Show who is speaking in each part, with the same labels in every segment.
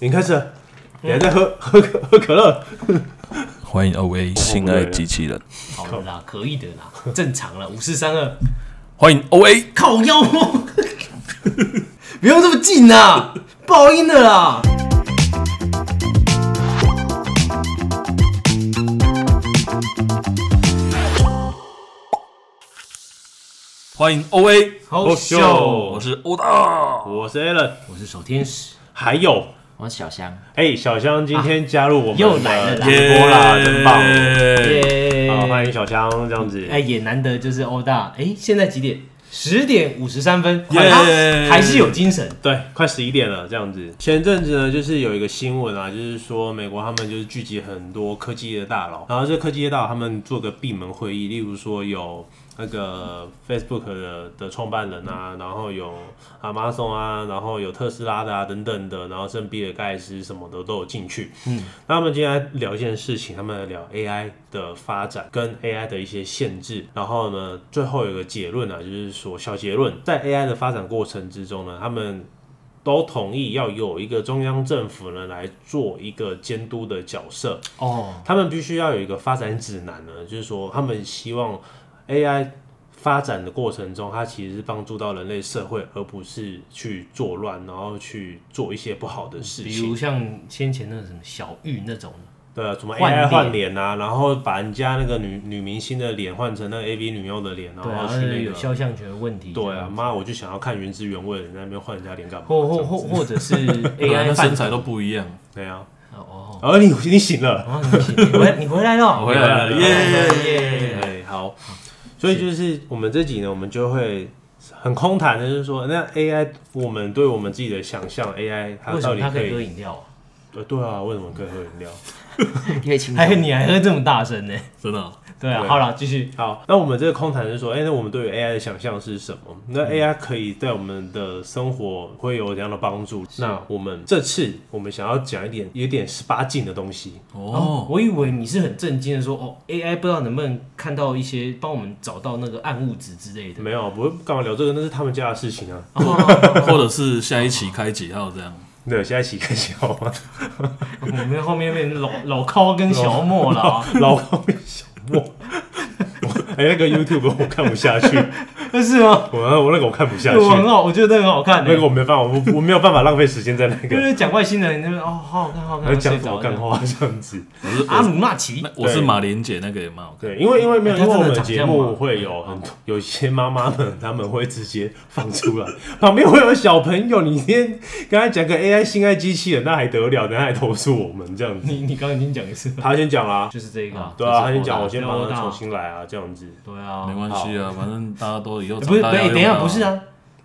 Speaker 1: 你开始，你还在喝喝可喝可乐？
Speaker 2: 欢迎 O A 性爱机器人，
Speaker 3: 好了 啦，可以的啦，正常了，五四三二，
Speaker 2: 欢迎 O A
Speaker 3: 靠腰，哦 不用这么近啊，爆音的啦。
Speaker 2: 欢迎 O A，
Speaker 3: 好哦秀
Speaker 2: 我是欧大，
Speaker 1: 哦我是 Alan，
Speaker 3: 我是守天使，
Speaker 1: 还有，
Speaker 4: 我是小香，
Speaker 1: 哎、小香今天加入我们
Speaker 3: 啊又来了啦
Speaker 1: 直播啦，真棒！
Speaker 3: 耶、
Speaker 1: 好，欢迎小香这样子。
Speaker 3: 哎，也难得就是欧大，哎、现在几点？十点五十三分，
Speaker 2: 耶
Speaker 3: 他还是有精神。
Speaker 1: 对，快十一点了，这样子。前阵子呢，就是有一个新闻啊，就是说美国他们就是聚集很多科技业的大佬，然后这科技业大佬他们做个闭门会议，例如说有那个 Facebook 的的创办人啊，然后有 Amazon 啊，然后有特斯拉的啊等等的，然后甚至比尔盖茨什么的都有进去。嗯，那他们今天来聊一件事情，他们来聊 AI 的发展跟 AI 的一些限制，然后呢，最后有个结论啊，就是说小结论，在 AI 的发展过程之中呢，他们都同意要有一个中央政府呢来做一个监督的角色，
Speaker 3: 哦，
Speaker 1: 他们必须要有一个发展指南呢，就是说他们希望 AI 发展的过程中，它其实是帮助到人类社会，而不是去作乱，然后去做一些不好的事
Speaker 3: 比
Speaker 1: 情
Speaker 3: 如。像先前那个什么小玉那种，
Speaker 1: 对啊，什么
Speaker 3: 换
Speaker 1: AI
Speaker 3: 脸
Speaker 1: 换脸啊，然后把人家那个女女明星的脸换成那个 AV 女优的脸，然
Speaker 3: 对啊
Speaker 1: 后，去哦那
Speaker 3: 有
Speaker 1: 个。
Speaker 3: 肖像权的问题。
Speaker 1: 对啊，，妈，我就想要看原汁原味的，你在那边换人家脸干嘛？
Speaker 3: 或或或或者 是
Speaker 1: 啊
Speaker 2: 那
Speaker 3: AI
Speaker 2: 身
Speaker 3: 犯
Speaker 2: 材都不一样，
Speaker 1: 对啊，
Speaker 3: 哦哦，
Speaker 1: 哦，你你醒了。
Speaker 3: 哦你醒你回你回来了，哦
Speaker 2: 我回来了耶！
Speaker 3: 哎耶！
Speaker 1: 哎，好，所以就是我们这集呢，我们就会很空谈的，就是说，那 AI 我们对我们自己的想象，AI 它
Speaker 3: 为
Speaker 1: 到
Speaker 3: 什么
Speaker 1: 底
Speaker 3: 他可
Speaker 1: 可
Speaker 3: 以喝
Speaker 1: 以？
Speaker 3: 饮料啊？
Speaker 1: 呃，对啊，为什么可以喝饮料？
Speaker 4: 因为清
Speaker 3: 还有
Speaker 4: 爽。
Speaker 3: 哎你还喝这么大声呢？
Speaker 2: 真的啊
Speaker 3: 对啊，
Speaker 1: 对
Speaker 3: 好了，继续。
Speaker 1: 好，那我们这个空谈是说，哎、那我们对于 AI 的想象是什么？
Speaker 3: 嗯
Speaker 1: 那 AI 可以在我们的生活会有怎样的帮助？那我们这次我们想要讲一点有点十八禁的东西，
Speaker 3: 哦，
Speaker 2: 哦，
Speaker 3: 我以为你是很震惊的说，哦，AI 不知道能不能看到一些帮我们找到那个暗物质之类的。
Speaker 1: 没有，不是干嘛聊这个，那是他们家的事情啊。
Speaker 3: 哦
Speaker 2: 或者是下一期开几号这样，
Speaker 1: 对，现在起开始好吗？
Speaker 3: 我们 后面变成老老高跟小莫了啊，
Speaker 1: 老高跟小莫， 我哎、那个 YouTube 我看不下去，
Speaker 3: 那是吗？
Speaker 1: 我我那个我看不下去
Speaker 3: 对，我，很好，我觉得那个很好看
Speaker 1: 那
Speaker 3: 的
Speaker 1: 个。我没办法，我我没有办法浪费时间在那
Speaker 3: 就
Speaker 1: 个，
Speaker 3: 是讲外星人，你那边哦，好好看，好好
Speaker 1: 然后
Speaker 3: 看，
Speaker 1: 讲
Speaker 3: 睡
Speaker 1: 什
Speaker 3: 着
Speaker 1: 么
Speaker 3: 了
Speaker 1: 干话这样 子。
Speaker 2: 我是
Speaker 3: 阿
Speaker 2: 我
Speaker 3: 努纳奇
Speaker 2: 那，我是
Speaker 1: 对
Speaker 2: 马莲姐那个也蛮好看，
Speaker 1: 对，因为因为没有，
Speaker 3: 哎
Speaker 1: 因
Speaker 3: 他真
Speaker 1: 为我
Speaker 3: 的
Speaker 1: 们
Speaker 3: 长这
Speaker 1: 节
Speaker 3: 样吗
Speaker 1: 目会有很多有些妈妈们，她们会直接放出来， 旁边会有小朋友，你今天跟他讲个 AI 性爱机器人，那还得了？等下还投诉我们这样子。
Speaker 3: 你你刚刚已经讲一次了，
Speaker 1: 他先讲啦，
Speaker 3: 就是这个啊，
Speaker 1: 对啊，
Speaker 4: 这
Speaker 1: 他
Speaker 4: 是
Speaker 1: 先讲，
Speaker 4: 我
Speaker 1: 我
Speaker 4: 的
Speaker 1: 先
Speaker 3: 这是
Speaker 1: 帮
Speaker 3: 我
Speaker 1: 他
Speaker 3: 的
Speaker 1: 重新来啊，这样子。
Speaker 3: 对啊，
Speaker 2: 没关系啊，反正大家都以后
Speaker 3: 不
Speaker 2: 长
Speaker 3: 是，不
Speaker 2: 大
Speaker 3: 是，
Speaker 2: 要用
Speaker 3: 等一下，
Speaker 2: 到
Speaker 3: 不是，啊，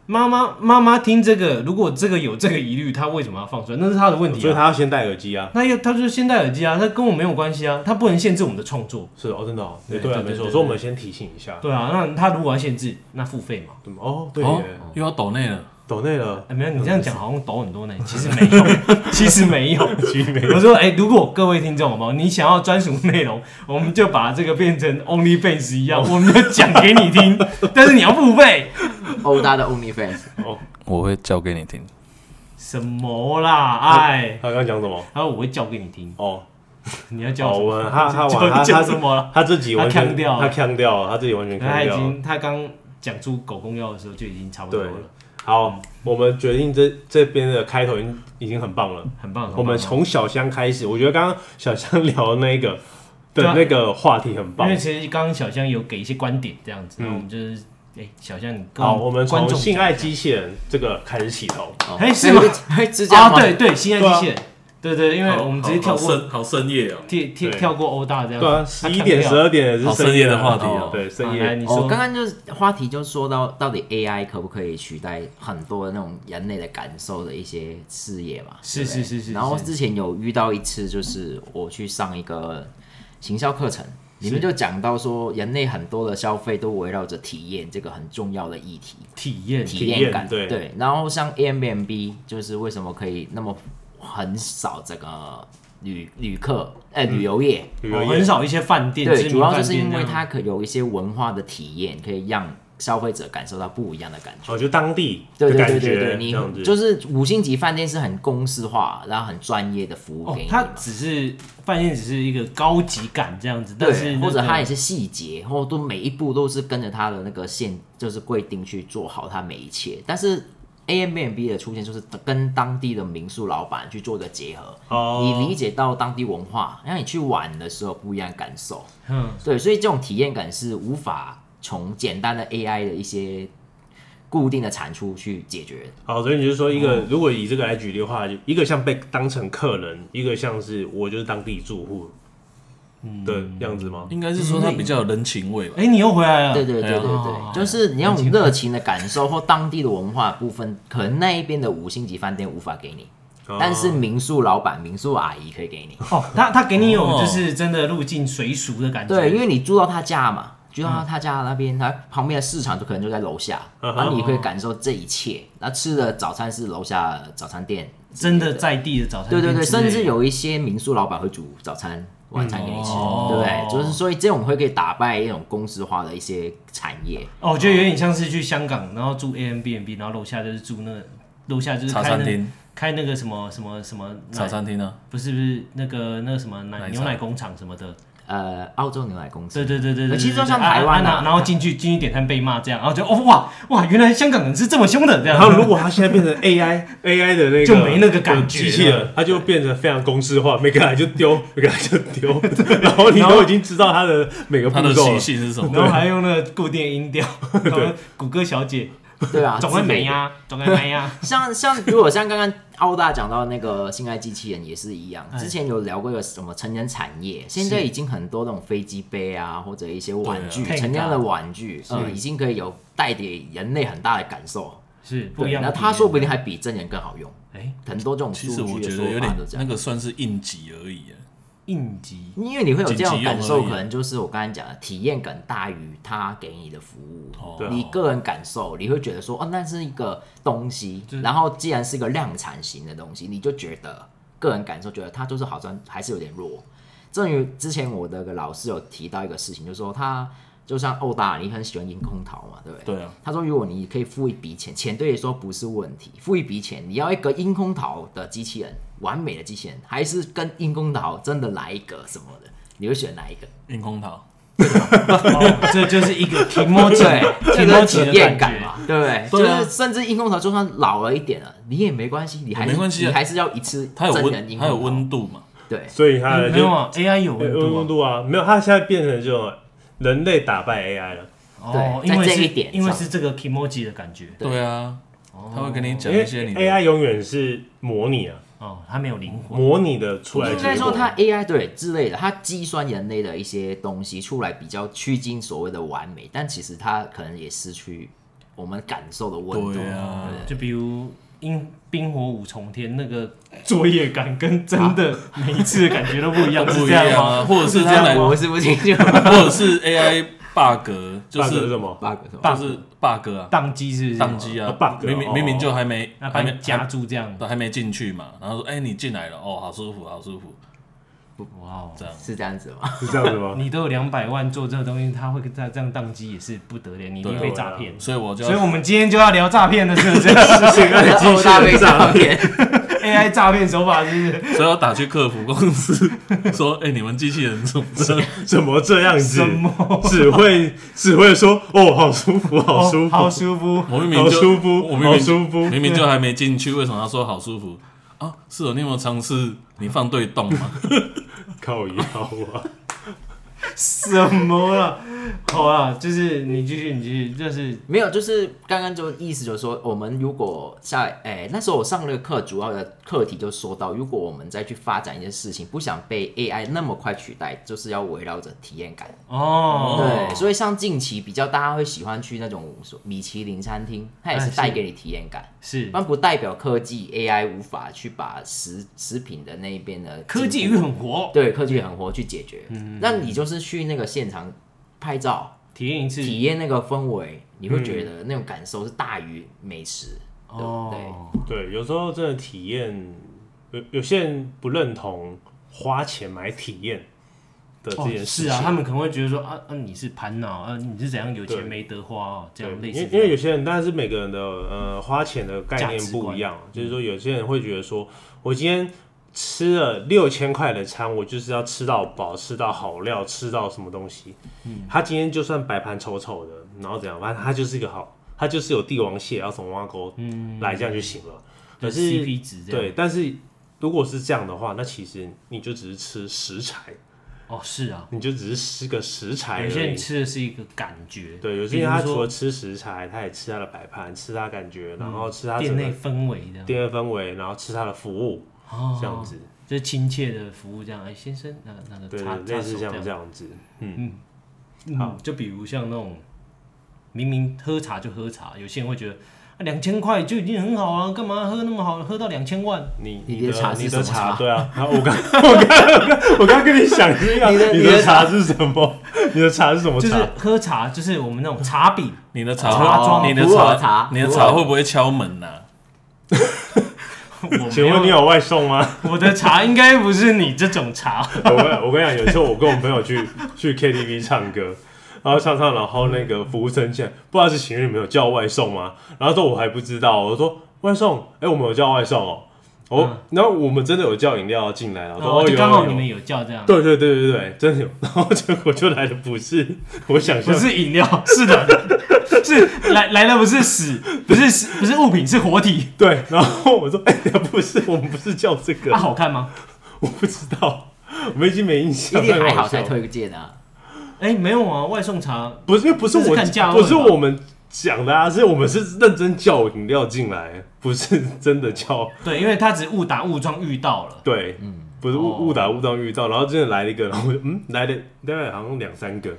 Speaker 3: 妈妈妈妈听这个，如果这个有这个疑虑，她为什么要放出来？那是她的问题、
Speaker 1: 所以
Speaker 3: 啊。
Speaker 1: 他要先戴耳机啊。
Speaker 3: 那要她就是先戴耳机啊，那跟我没有关系啊，她不能限制我们的创作。
Speaker 1: 是哦，真的哦，
Speaker 3: 对
Speaker 1: 对啊，
Speaker 3: 对对
Speaker 1: 没错。
Speaker 3: 对
Speaker 1: 所以我们先提醒一下，
Speaker 3: 对啊，那她如果要限制，那付费嘛。
Speaker 1: 怎么？哦，对
Speaker 2: 哦
Speaker 1: 耶，，
Speaker 2: 又要抖内了，
Speaker 1: 抖内了
Speaker 3: 哎、，没有，你这样讲好像抖很多呢，其实没有，其实没有。
Speaker 1: 其实没有
Speaker 3: 我说，哎、如果各位听众好不好，你想要专属内容，我们就把这个变成 OnlyFans 一样，我们就讲给你听，但是你要付费。
Speaker 4: 欧大的 OnlyFans，
Speaker 2: 我会教给你听，
Speaker 3: 什么啦，哎，
Speaker 1: 他刚刚讲什么？
Speaker 3: 然后我会教给你听，
Speaker 1: 哦，
Speaker 3: 你要教
Speaker 1: 哦，
Speaker 3: 什么？
Speaker 1: 我他 他
Speaker 3: 教
Speaker 1: 完他
Speaker 3: 教
Speaker 1: 他
Speaker 3: 什么 了？
Speaker 1: 他自己完
Speaker 3: 他
Speaker 1: 全
Speaker 3: 呛掉了
Speaker 1: 他腔掉了，他自己完全
Speaker 3: 他
Speaker 1: 腔
Speaker 3: 已
Speaker 1: 掉了。
Speaker 3: 经他刚讲出狗公药的时候就已经差不多
Speaker 1: 对
Speaker 3: 了，，
Speaker 1: 好，我们决定这这边的开头已经已经很棒了。
Speaker 3: 很棒。很棒
Speaker 1: 我们
Speaker 3: 很
Speaker 1: 从小香开始，我觉得刚刚小香 聊那个
Speaker 3: 对
Speaker 1: 的
Speaker 3: 啊
Speaker 1: 那个话题很
Speaker 3: 棒
Speaker 1: 棒
Speaker 3: 因为。其实刚刚小香有给一些观点这样子，那我们就是哎，小香你
Speaker 1: 嗯
Speaker 3: 跟
Speaker 1: 好，我们
Speaker 3: 观
Speaker 1: 从
Speaker 3: 众
Speaker 1: 性爱机器人这个开始起头。
Speaker 4: 哦
Speaker 3: 哎是 吗？
Speaker 4: 还指
Speaker 3: 讲
Speaker 4: 甲
Speaker 3: 啊，
Speaker 4: 吗？哦
Speaker 3: 对对，心爱
Speaker 1: 对啊
Speaker 3: 机器人，对对，因为
Speaker 2: 好
Speaker 3: 我们直接跳
Speaker 2: 好
Speaker 3: 过
Speaker 2: 深好深夜哦，
Speaker 3: 跳跳
Speaker 1: 对
Speaker 3: 跳过欧大这样，
Speaker 1: 对啊，
Speaker 3: 他
Speaker 1: 十一
Speaker 3: 跳
Speaker 1: 点、
Speaker 3: 掉
Speaker 1: 十二点也
Speaker 2: 好
Speaker 1: 是啊
Speaker 2: 深夜的话题
Speaker 4: 哦
Speaker 2: 哦，
Speaker 1: 对，
Speaker 3: 好
Speaker 1: 深
Speaker 3: 来
Speaker 1: 夜。
Speaker 3: 你
Speaker 4: 哦，
Speaker 3: 说
Speaker 4: 刚刚就是话题就说到到底 AI 可不可以取代很多的那种人类的感受的一些事业嘛？
Speaker 3: 是
Speaker 4: 对不
Speaker 3: 是
Speaker 4: 对
Speaker 3: 是是
Speaker 4: 然后
Speaker 3: 是
Speaker 4: 之前有遇到一次，就是我去上一个行销课程，里面就讲到说，人类很多的消费都围绕着体验这个很重要的议题。
Speaker 3: 体验
Speaker 4: 体
Speaker 1: 体
Speaker 4: 验
Speaker 1: 验
Speaker 4: 感。
Speaker 1: 对
Speaker 4: 然后像 a m b n b 就是为什么可以那么很少这个旅旅客，哎、旅游业。
Speaker 1: 旅游
Speaker 3: 哦
Speaker 1: 业
Speaker 3: 很少一些饭店，知
Speaker 4: 对，
Speaker 3: 名
Speaker 4: 主要就
Speaker 3: 饭
Speaker 4: 是
Speaker 3: 店
Speaker 4: 因
Speaker 3: 这
Speaker 4: 为
Speaker 3: 样
Speaker 4: 它可有一些文化的体验，可以让消费者感受到不一样的感觉。
Speaker 1: 哦，就当地
Speaker 4: 对
Speaker 1: 的
Speaker 4: 对对
Speaker 1: 感
Speaker 4: 对对，
Speaker 1: 觉，这
Speaker 4: 你
Speaker 1: 样子，
Speaker 4: 就是五星级饭店是很公式化，然后很专业的服务
Speaker 3: 哦
Speaker 4: 给，你嘛。
Speaker 3: 它只是饭店只是一个高级感这样子，但是
Speaker 4: 对，
Speaker 3: 那
Speaker 4: 或者
Speaker 3: 个
Speaker 4: 它也是细节，或都每一步都是跟着它的那个线，就是规定去做好它每一切。但是 A M B N B 的出现，就是跟当地的民宿老板去做一个结合，
Speaker 1: 哦
Speaker 4: 你理解到当地文化，让你去玩的时候不一样的感受。
Speaker 3: 嗯，
Speaker 4: 对，所以这种体验感是无法从简单的 A I 的一些固定的产出去解决。
Speaker 1: 好，所以你就说一个，如果以这个来举例的话，就一个像被当成客人，一个像是我就是当地住户的样子吗？
Speaker 2: 应该是说他比较有人情味吧。
Speaker 3: 哎，你又回
Speaker 1: 嗯
Speaker 3: 来了，
Speaker 4: 对对对
Speaker 2: 哎呀
Speaker 4: 对对，就是你要用热情的感受或当地的文化部分，可能那一边的五星级饭店无法给你。
Speaker 1: 哦
Speaker 4: 但是民宿老板、民宿阿姨可以给你，
Speaker 3: 哦，他他给你有
Speaker 2: 哦
Speaker 3: 就是真的入境随俗的感觉，
Speaker 4: 对，因为你住到他家嘛，住到他家那边，他旁边的市场就可能就在楼下，
Speaker 1: 嗯
Speaker 4: 然
Speaker 1: 哼
Speaker 4: 后你会感受这一切。那吃的早餐是楼下早餐店，
Speaker 3: 真的在地的早餐
Speaker 4: 对
Speaker 3: 店之
Speaker 4: 对
Speaker 3: 类的，
Speaker 4: 对，甚至有一些民宿老板会煮早餐、晚餐给你吃，
Speaker 2: 哦
Speaker 4: 对不对？就是所以这种会可以打败一种公式化的一些产业。
Speaker 3: 哦，我觉得有点像是去香港，然后住 A M B N B，然后楼下就是住那个楼下就是
Speaker 2: 茶
Speaker 3: 开那
Speaker 2: 餐厅，
Speaker 3: 开那个什么什么什么
Speaker 2: 茶
Speaker 3: 奶，
Speaker 2: 餐厅啊，
Speaker 3: 不是不是那个那个什么
Speaker 2: 奶
Speaker 3: 奶
Speaker 2: 茶
Speaker 3: 牛奶工厂什么的，
Speaker 4: 呃，澳洲牛奶 公
Speaker 3: 对，
Speaker 4: 司
Speaker 3: 对对对对，
Speaker 4: 其实就像
Speaker 3: 对对对
Speaker 4: 台湾啊
Speaker 3: 啊啊然后进去进去点餐被骂这样，然后就哦哇哇，原来香港人是这么凶的这样，
Speaker 1: 然后如果它现在变成 AI AI 的那个
Speaker 3: 就没那个感觉了
Speaker 1: 机器人，它就变成非常公式化，每个来就丢，每个来就丢，然后你都已经知道它的每个步
Speaker 2: 他的
Speaker 1: 骤
Speaker 2: 习
Speaker 1: 了。
Speaker 2: 性是什么？
Speaker 3: 然后还用那个固定音 调，什么谷歌小姐，
Speaker 4: 对啊，
Speaker 3: 总会
Speaker 4: 之类
Speaker 3: 没
Speaker 4: 的
Speaker 3: 呀，总会没呀，
Speaker 4: 像像如果像刚刚澳大讲到那个性爱机器人也是一样，
Speaker 3: 哎
Speaker 4: 之前有聊过有什么成人产业，现在已经很多那种飞机杯啊，或者一些玩具，
Speaker 3: 对啊
Speaker 4: 成年的玩具，嗯，已经可以有带给人类很大的感受。
Speaker 3: 是不一样的
Speaker 4: 那
Speaker 3: 体验。
Speaker 4: 他说不定还比真人更好用，
Speaker 3: 哎
Speaker 4: 很多这种
Speaker 2: 其实
Speaker 4: 数
Speaker 2: 我
Speaker 4: 据的
Speaker 2: 觉得
Speaker 4: 说
Speaker 2: 有
Speaker 4: 法
Speaker 2: 点
Speaker 4: 都这
Speaker 2: 那
Speaker 4: 样。
Speaker 2: 个算是应急而已耶。
Speaker 3: 应急
Speaker 4: 因为你会有这种感
Speaker 2: 紧急
Speaker 4: 受，
Speaker 2: 用而已
Speaker 4: 可能就是我刚才讲的体验感大于他给你的服务。
Speaker 2: 哦
Speaker 1: 对啊
Speaker 4: 你个人感受，你会觉得说，哦，那是一个东西，然后既然是一个量产型的东西，你就觉得个人感受觉得它就是好像还是有点弱。正如之前我的个老师有提到一个事情，就是说他就像欧达，你很喜欢赢空桃嘛，对不对？
Speaker 2: 对啊，
Speaker 4: 他说，如果你可以付一笔钱，钱对你说不是问题，付一笔钱，你要一个鹰空桃的机器人，完美的机器人，还是跟鹰空桃真的来一个什么的，你会选哪一个？
Speaker 2: 硬空桃，
Speaker 3: 哦，这就是一 个提莫奇
Speaker 4: 对，
Speaker 3: 提
Speaker 4: 这
Speaker 3: 莫
Speaker 4: 个
Speaker 3: 奇
Speaker 4: 体
Speaker 3: 的
Speaker 4: 验
Speaker 3: 感
Speaker 4: 感
Speaker 3: 觉。
Speaker 4: 嘛，对不对？
Speaker 2: 对啊
Speaker 4: 就是甚至硬空头就算老了一点了，你也没关系，你还是
Speaker 2: 没关系啊
Speaker 4: 你还是要一次
Speaker 2: 它有
Speaker 4: 真人
Speaker 2: 温，
Speaker 4: 硬
Speaker 2: 它
Speaker 4: 空
Speaker 2: 有
Speaker 4: 头
Speaker 2: 温度嘛？
Speaker 4: 对。
Speaker 1: 所以它
Speaker 3: 没
Speaker 1: 就
Speaker 3: 有啊，AI 有温
Speaker 1: 温
Speaker 3: 度
Speaker 1: 度
Speaker 3: 啊。
Speaker 1: 啊，没有，它现在变成这种人类打败 AI 了。
Speaker 3: 哦，
Speaker 4: 对
Speaker 3: 因为
Speaker 4: 在这
Speaker 3: 是
Speaker 4: 一点
Speaker 3: 因为
Speaker 4: 上
Speaker 3: 是这个 k i m o j i 的感觉
Speaker 4: 对
Speaker 2: 对啊，他会跟你讲
Speaker 1: 因为
Speaker 2: 一些你的
Speaker 1: AI 永远是模拟啊，
Speaker 3: 哦，它没有灵魂。
Speaker 1: 模拟的出来
Speaker 4: 应
Speaker 1: 结果。
Speaker 4: 该说，它 AI 对之类的，它计算人类的一些东西出来比较趋近所谓的完美，但其实它可能也失去我们感受的温度。
Speaker 2: 对啊
Speaker 4: 对
Speaker 3: 就比如因冰火五重天那个作业感跟真的每一次的感觉都不一样，
Speaker 2: 不
Speaker 3: 是
Speaker 2: 一
Speaker 3: 这样
Speaker 2: 样
Speaker 3: 吗？
Speaker 2: 啊，或者是
Speaker 4: 不
Speaker 2: 这
Speaker 4: 知
Speaker 2: 样
Speaker 4: 道
Speaker 2: 来，
Speaker 4: 我是不清楚
Speaker 2: 或者是 AI bug，就
Speaker 1: bug
Speaker 2: 是
Speaker 1: 什么？
Speaker 4: bug 什么
Speaker 2: 就是 bug 啊，
Speaker 3: 宕机是不是？
Speaker 2: 宕，机啊
Speaker 1: 啊，bug 啊
Speaker 2: 明明
Speaker 1: 哦
Speaker 2: 明明就还没
Speaker 3: 那把
Speaker 2: 还
Speaker 3: 你
Speaker 2: 没
Speaker 3: 夹住这样。
Speaker 2: 还还没进去嘛，然后说哎你进来了，哦好舒服好舒服，
Speaker 3: 哇哦，
Speaker 2: 这样
Speaker 4: 是这样子吗？
Speaker 1: 是这样子吗？
Speaker 3: 你都有两百万做这个东西，他会这样这样宕机也是不得了，你一
Speaker 2: 对
Speaker 3: 定
Speaker 2: 啊
Speaker 3: 被诈骗。
Speaker 2: 所以我就
Speaker 3: 所以
Speaker 2: 要
Speaker 3: 我们今天就要聊诈骗了，是不是 是
Speaker 4: 欧大被诈骗，
Speaker 3: ？AI 诈骗手法是不是？
Speaker 2: 所以要打去客服公司说哎你们机器人怎么这样
Speaker 1: 怎么这样子
Speaker 3: 什？么？
Speaker 1: 只会只会说哦，好舒服，好舒服，
Speaker 3: 哦好舒服。
Speaker 2: 我明明
Speaker 1: 好
Speaker 2: 就
Speaker 1: 舒服
Speaker 2: 我明明就
Speaker 1: 好舒服
Speaker 2: 明明就还没进去，为什么要说好舒服啊？是哦，你有没有尝试你放对洞吗？
Speaker 1: 靠腰啊！
Speaker 3: 什么了？好啊，就是你继续，你继续，就是
Speaker 4: 没有，就是刚刚就意思就是说，我们如果下哎、那时候我上了课，主要的课题就说到，如果我们再去发展一件事情，不想被 AI 那么快取代，就是要围绕着体验感。
Speaker 3: 哦，
Speaker 4: 对，所以像近期比较大家会喜欢去那种米其林餐厅，它也是
Speaker 3: 哎是
Speaker 4: 带给你体验感，
Speaker 3: 是
Speaker 4: 但不代表科技 AI 无法去把食食品的那一边的
Speaker 3: 科技
Speaker 4: 进
Speaker 3: 欲
Speaker 4: 步
Speaker 3: 很活，
Speaker 4: 对科技很活去解
Speaker 3: 嗯
Speaker 4: 决。那你就是去那个现场拍照。
Speaker 3: 体验一次
Speaker 4: 体验那个氛围，你会觉得那种感受是大于美食，对不对？
Speaker 3: 哦，
Speaker 1: 对，有时候真的体验，有有些人不认同花钱买体验的这件事
Speaker 3: 是
Speaker 1: 情。
Speaker 3: 啊，他们可能会觉得说啊啊，你是盘脑啊，你是怎样有钱没得花哦，这
Speaker 1: 对，
Speaker 3: 样类
Speaker 1: 因
Speaker 3: 似
Speaker 1: 为
Speaker 3: 这
Speaker 1: 因为
Speaker 3: 样。
Speaker 1: 有些人，但是每个人的呃花钱的概念
Speaker 3: 价值
Speaker 1: 不
Speaker 3: 观
Speaker 1: 一样，就是说有些人会觉得说，我今天吃了六千块的餐，我就是要吃到饱，吃到好料，吃到什么东西。
Speaker 3: 嗯
Speaker 1: 他今天就算摆盘丑丑的，然后怎样，反正他就是一个好，他就是有帝王蟹，然后从挖沟
Speaker 3: 嗯
Speaker 1: 来这样就行了。可
Speaker 3: 就是 CP 值这样。
Speaker 1: 对，但是如果是这样的话，那其实你就只是吃食材，
Speaker 3: 哦，是啊，
Speaker 1: 你就只是吃个食材而
Speaker 3: 有
Speaker 1: 已。
Speaker 3: 些人吃的是一个感觉，
Speaker 1: 对，有
Speaker 3: 比
Speaker 1: 些
Speaker 3: 如
Speaker 1: 人他
Speaker 3: 说
Speaker 1: 除了吃食材，他也吃他的摆盘，吃他感觉，然后吃他
Speaker 3: 店
Speaker 1: 整
Speaker 3: 内
Speaker 1: 个
Speaker 3: 氛围这样，
Speaker 1: 店的氛围，然后吃他的服务，
Speaker 3: 哦
Speaker 1: 这样子，
Speaker 3: 就是亲切的服务这样。哎，先生，那个那个
Speaker 1: 对
Speaker 3: 擦
Speaker 1: 对，类
Speaker 3: 擦手
Speaker 1: 似
Speaker 3: 这
Speaker 1: 像
Speaker 3: 样
Speaker 1: 这，样子，
Speaker 3: 嗯，就比如像那种明明喝茶就喝茶，有些人会觉得啊两千块就已经很好啊了，干嘛喝那么好，喝到两千万？
Speaker 1: 你
Speaker 4: 你
Speaker 1: 的
Speaker 4: 的茶
Speaker 1: 你
Speaker 4: 是
Speaker 1: 的
Speaker 4: 什么茶
Speaker 1: 对啊，然后我刚我刚我刚跟你想一样，
Speaker 4: 你的
Speaker 1: 你
Speaker 4: 你的
Speaker 1: 茶是什么？ 你的茶是什么
Speaker 3: 就是
Speaker 1: 茶？
Speaker 3: 喝茶，就是我们那种 茶饼，
Speaker 2: 你的茶
Speaker 3: 茶庄
Speaker 2: 你的
Speaker 4: 普洱茶
Speaker 2: 你的
Speaker 4: 普洱
Speaker 2: 茶会不会敲门啊呐？
Speaker 3: 我
Speaker 1: 请问
Speaker 3: 没
Speaker 1: 你有外送吗？
Speaker 3: 我的茶应该不是你这种 茶，
Speaker 1: 我跟我跟你讲，有一次我跟我朋友去 去 KTV 唱歌，然后唱唱，然后那个服务生进来，不知道是情侣没有叫外送吗？然后说我还不知道，我说外送，哎、我们有叫外送哦、哦、
Speaker 3: 嗯
Speaker 1: 然后我们真的有叫饮料进来，我
Speaker 3: 然
Speaker 1: 说哦
Speaker 3: 后
Speaker 1: 有
Speaker 3: 就刚好
Speaker 1: 有
Speaker 3: 你们
Speaker 1: 有
Speaker 3: 有叫这样，
Speaker 1: 对对对对对，真的有， 然后结果就来的不是我想
Speaker 3: 不
Speaker 1: 象，
Speaker 3: 是饮料， 是的，是来来的不是屎，不是屎，不是物品，是活体。
Speaker 1: 对，然后我说哎、不是，我们不是叫这个，
Speaker 3: 它、啊好看吗？
Speaker 1: 我不知道，我们已经没印
Speaker 4: 一
Speaker 1: 象，
Speaker 4: 定还
Speaker 1: 太
Speaker 4: 好
Speaker 1: 笑
Speaker 4: 才
Speaker 1: 了
Speaker 4: 推荐啊。
Speaker 3: 哎、没有啊，外送茶
Speaker 1: 不是，因为不是
Speaker 3: 这是
Speaker 1: 我
Speaker 3: 看价，位
Speaker 1: 不是
Speaker 3: 吧
Speaker 1: 我们讲的啊，是我们是认真叫饮料进来， 不是真的叫。
Speaker 3: 对，因为他只误打误撞遇到了，
Speaker 1: 对，
Speaker 4: 嗯
Speaker 1: 不是
Speaker 3: 哦
Speaker 1: 误误打误撞遇到，然后真的来了一个，然 后我就嗯，来了大概好像两三个，